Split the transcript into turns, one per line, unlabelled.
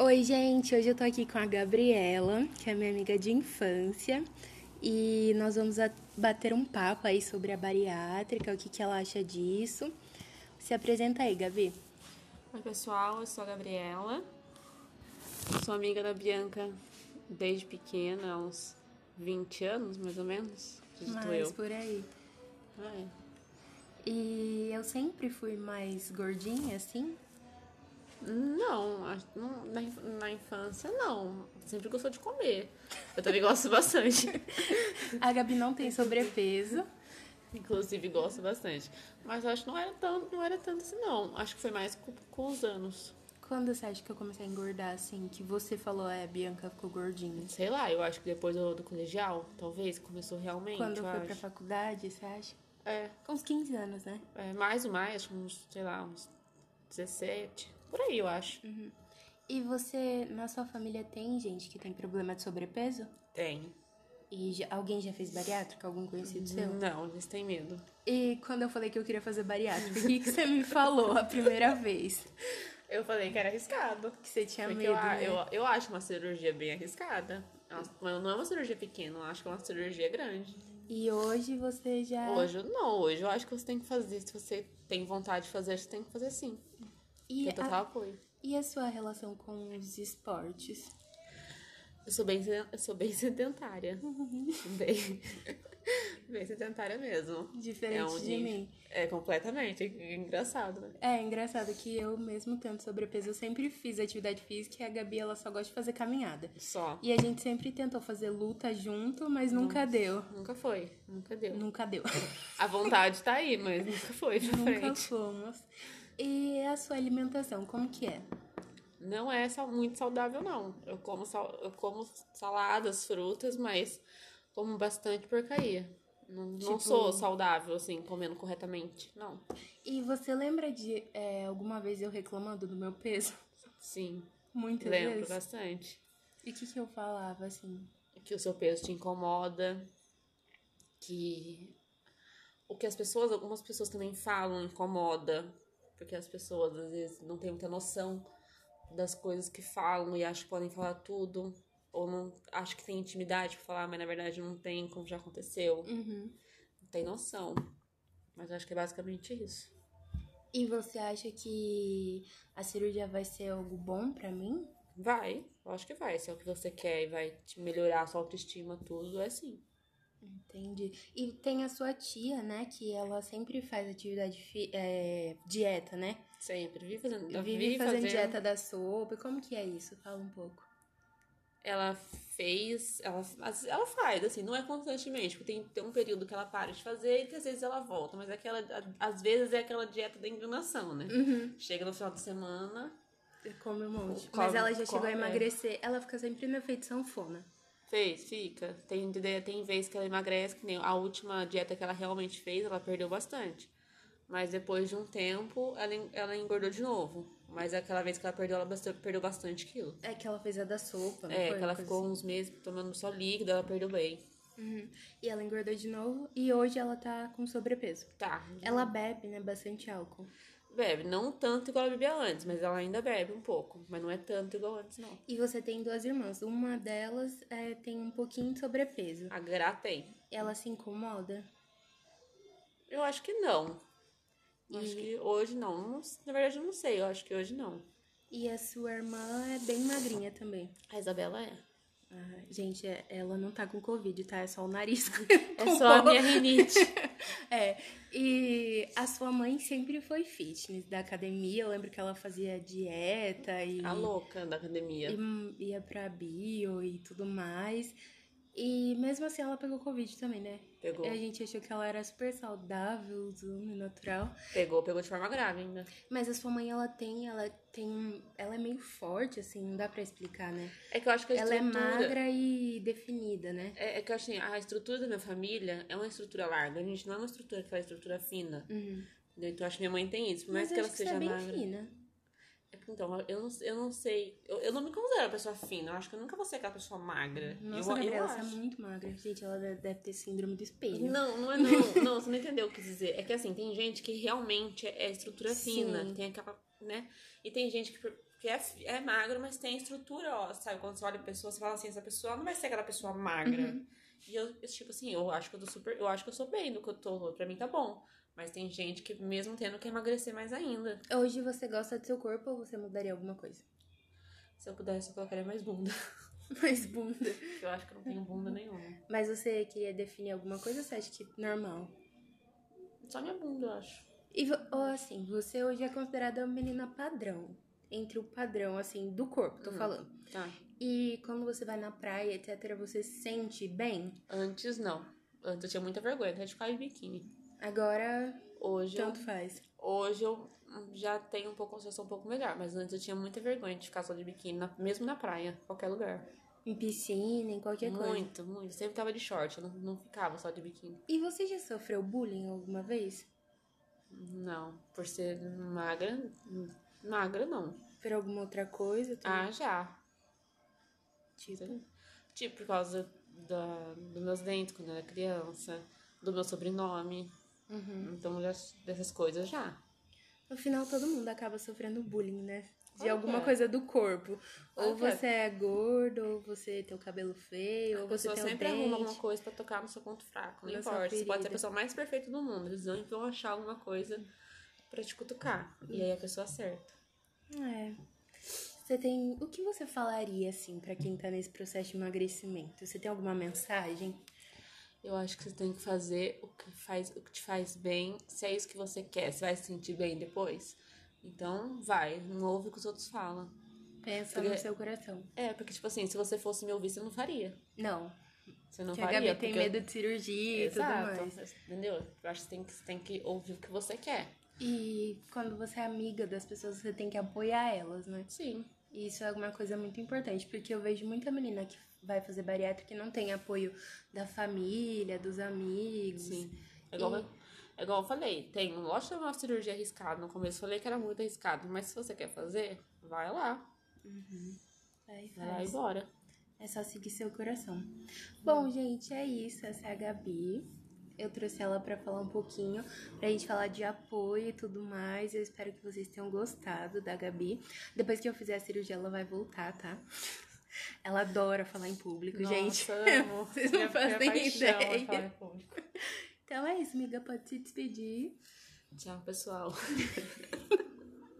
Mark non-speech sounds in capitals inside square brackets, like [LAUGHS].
Oi, gente! Hoje eu tô aqui com a Gabriela, que é minha amiga de infância, e nós vamos a- bater um papo aí sobre a bariátrica, o que, que ela acha disso. Se apresenta aí, Gabi.
Oi, pessoal, eu sou a Gabriela. Sou amiga da Bianca desde pequena, há uns 20 anos mais ou menos. Acredito
Mais
eu.
por aí.
Ah, é.
E eu sempre fui mais gordinha, assim.
Não, acho- não, na, inf- na infância não. Sempre gostou de comer. Eu também gosto [LAUGHS] bastante.
A Gabi não tem sobrepeso.
Inclusive, gosto bastante. Mas acho que não era tanto, não era tanto assim, não. Acho que foi mais com, com os anos.
Quando você acha que eu comecei a engordar, assim, que você falou, é, Bianca ficou gordinha?
Sei lá, eu acho que depois do, do colegial, talvez, começou realmente,
Quando
eu
foi pra
acho.
faculdade, você acha?
É,
Com uns 15 anos, né?
É, mais ou mais, uns, sei lá, uns 17, por aí eu acho.
E você, na sua família, tem gente que tem problema de sobrepeso?
Tem.
E já- alguém já fez bariátrica? Algum conhecido seu?
Não, eles têm medo.
Uhum. E quando eu falei que eu queria fazer bariátrica, o que, que você [LAUGHS] me falou a primeira vez?
Eu falei que era arriscado.
Que você tinha
Porque
medo,
eu, a-
né?
eu, eu acho uma cirurgia bem arriscada. É uma- mas Não é uma cirurgia pequena, eu acho que é uma cirurgia grande.
E hoje você já...
Hoje, não, hoje eu acho que você tem que fazer. Se você tem vontade de fazer, você tem que fazer sim.
E
Tem
a,
total apoio.
e a sua relação com os esportes?
Eu sou bem, seden- eu sou bem [LAUGHS] sedentária. bem, [LAUGHS] bem sedentária mesmo.
Diferente de
nível-
mim.
É, completamente. É engraçado, né?
É, engraçado que eu, mesmo tendo sobrepeso, eu sempre fiz atividade física e a Gabi, ela só gosta de fazer caminhada.
Só.
E a gente sempre tentou fazer luta junto, mas nunca deu.
Nunca foi, nunca deu.
Nunca deu. [LAUGHS]
A vontade tá aí, mas nunca foi pra
Nunca
frente.
fomos. E a sua alimentação, como que é?
Não é sal- muito saudável, não. Eu como, sal- eu como saladas, frutas, mas como bastante porcaria. Não, não
Tipo-
sou saudável, assim, comendo corretamente. Não.
E você lembra de é, alguma vez eu reclamando do meu peso? [LAUGHS]
Sim,
Muitas
lembro né?
vezes.
bastante.
E o que, que eu falava assim?
Que o seu peso te incomoda, que o que as pessoas, algumas pessoas também falam incomoda, porque as pessoas às vezes não têm muita noção das coisas que falam e acham que podem falar tudo, ou não acho que tem intimidade pra falar, mas na verdade não tem, como já aconteceu,
Uhum.
não tem noção. Mas eu acho que é basicamente isso.
E você acha que a cirurgia vai ser algo bom pra mim?
Vai, eu acho que vai. Se é o que você quer e vai te melhorar a sua autoestima, tudo, é sim.
Entendi. E tem a sua tia, né? Que ela sempre faz atividade, fi- é, dieta, né?
Sempre. Vive fazendo,
Vive fazendo dieta da sopa. Como que é isso? Fala um pouco.
ela fez, ela, mas ela faz, assim, não é constantemente, porque tem, tem um período que ela para de fazer e que às vezes ela volta, mas é aquela, a- às vezes é aquela dieta da enganação, né?
Uhum.
Chega no final de semana,
Come um monte.
Come,
Mas ela já
come,
chegou a
é.
emagrecer. Ela fica sempre no efeito sanfona.
fez, fica. Tem, de- tem vez que ela emagrece, que nem a última dieta que ela realmente fez, ela perdeu bastante. Mas depois de um tempo, ela, en- ela engordou de novo. Mas aquela vez que ela perdeu, ela basta- perdeu bastante quilo.
É que ela fez a da sopa, não
É,
foi?
que
Uma
ela
coisa
ficou uns meses tomando só líquido, ela perdeu bem.
assim. E ela engordou de novo e hoje ela tá com sobrepeso.
Tá.
Ela bebe, né, bastante álcool.
Bebe, não tanto igual ela bebia antes, mas ela ainda bebe um pouco. Mas não é tanto igual antes, não.
E você tem duas irmãs. Uma delas é, tem um pouquinho de sobrepeso.
A Gra tem.
Ela se incomoda.
Eu acho que não. Eu Acho que hoje não. Não- Na verdade, eu não sei. Eu acho que hoje não.
E a sua irmã é bem magrinha também.
A Isabela é.
Ah, gente, é- ela não tá com Covid, tá? É só o nariz. [LAUGHS]
É só a minha rinite. [LAUGHS]
É, e a sua mãe sempre foi fitness da academia. Eu lembro que ela fazia dieta e,
A Tá louca da academia.
e ia pra bio e tudo mais. E mesmo assim ela pegou Covid também, né?
Pegou.
E a gente achou que ela era super saudável, zoom, natural.
Pegou, pegou de forma grave ainda.
Mas a sua mãe, ela tem, ela tem. Ela é meio forte, assim, não dá pra explicar, né?
É que eu acho que a
Ela é
estrutura...
magra e definida, né?
É, é que eu acho assim, a estrutura da minha família é uma estrutura larga. A gente não é uma estrutura que faz estrutura fina. Entendeu? Então, eu acho que minha mãe tem isso. Por mais
Mas
que ela
acho que você
seja
é bem
magra...
fina.
É porque, Então, eu não, eu não sei. Eu, eu não me considero uma pessoa fina. Eu acho que eu nunca vou ser aquela pessoa magra.
Nossa,
eu, eu
Gabriela, você é
acho.
muito magra. Gente, ela deve deve ter síndrome do espelho.
Não, não é [LAUGHS] não. Não, você não entendeu o que eu quis dizer. É que assim, tem gente que realmente é estrutura
Sim.
fina. Tem aquela, né? E tem gente que, por- Porque é, fi- é magro, mas tem estrutura, ó, sabe? Quando você olha a pessoa, você fala assim, essa pessoa não vai ser aquela pessoa magra.
Uhum.
E eu, eu, tipo assim, eu acho que eu tô super. Eu acho que eu sou bem do que eu tô. Pra mim tá bom. Mas tem gente que, mesmo tendo que emagrecer mais ainda.
Hoje você gosta do seu corpo ou você mudaria alguma coisa? [LAUGHS]
Se eu pudesse, eu colocaria mais bunda. [LAUGHS]
Mais bunda.
Porque eu acho que eu não tenho bunda nenhuma.
Mas você queria definir alguma coisa ou você acha que é normal?
Só minha bunda, eu acho.
E vo- ou assim, você hoje é considerada uma menina padrão. Entre o padrão, assim, do corpo, tô
Uhum.
falando.
Tá.
E quando você vai na praia, etc., você se sente bem?
Antes não. Antes eu tinha muita vergonha até de ficar de biquíni.
Agora, então,
Hoje eu,
tanto faz.
hoje eu já tenho um pouco consciência um pouco melhor, mas antes eu tinha muita vergonha de ficar só de biquíni, na- mesmo na praia, qualquer lugar.
Em piscina, em qualquer coisa.
muito, muito. Sempre tava de short, eu não, não ficava só de biquíni.
E você já sofreu bullying alguma vez?
Não, por ser magra, magra não.
Por alguma outra coisa? Tem-
Ah, já.
tipo.
Tipo, por causa da, dos meus dentes quando eu era criança, do meu sobrenome.
Uhum.
Então, já, dessas coisas já.
No final, todo mundo acaba sofrendo bullying, né? De
Claro que
alguma
é.
coisa do corpo.
Claro
Ou
que é.
você é gordo, ou você tem o cabelo feio,
A
ou você
pessoa
tem o
sempre
dente.
arruma alguma coisa pra tocar no seu ponto fraco, não
Na sua
importa. Você pode ser
ferida.
a pessoa mais perfeita do mundo, eles vão vão achar alguma coisa pra te cutucar. E aí a pessoa acerta.
É. Você tem. O que você falaria, assim, pra quem tá nesse processo de emagrecimento? Você tem alguma mensagem?
Eu acho que você tem que fazer o que faz, o que te faz bem, se é isso que você quer, você vai se sentir bem depois. Então, vai, não ouve o que os outros falam.
Pensa
Porque-
no seu coração.
É, porque tipo assim, se você fosse me ouvir, você não faria.
Não.
Você não
que a
faria.
Gabi tem
porque-
medo de cirurgia e
Exato,
tudo mais.
entendeu? Eu acho que você tem que, você tem que ouvir o que você quer.
E quando você é amiga das pessoas, você tem que apoiar elas, né?
Sim.
E Isso é uma coisa muito importante, porque eu vejo muita menina que vai fazer bariátrica e não tem apoio da família, dos amigos.
Sim. É igual,
E-
eu- é igual eu falei, tem, lógico que é uma cirurgia arriscada. No começo eu falei que era muito arriscado, mas se você quer fazer, vai lá.
Vai, e
Vai lá e
faz.
bora.
É só seguir seu coração. Bom, gente, é isso. Essa é a Gabi. Eu trouxe ela pra falar um pouquinho, pra gente falar de apoio e tudo mais. Eu espero que vocês tenham gostado da Gabi. Depois que eu fizer a cirurgia, ela vai voltar, tá? Ela adora falar em público, [LAUGHS] gente.
amo.
vocês não
Minha-
fazem
minha paixão é
ideia.
falar em público.
Então é isso, amiga. Pode se despedir.
Tchau, pessoal.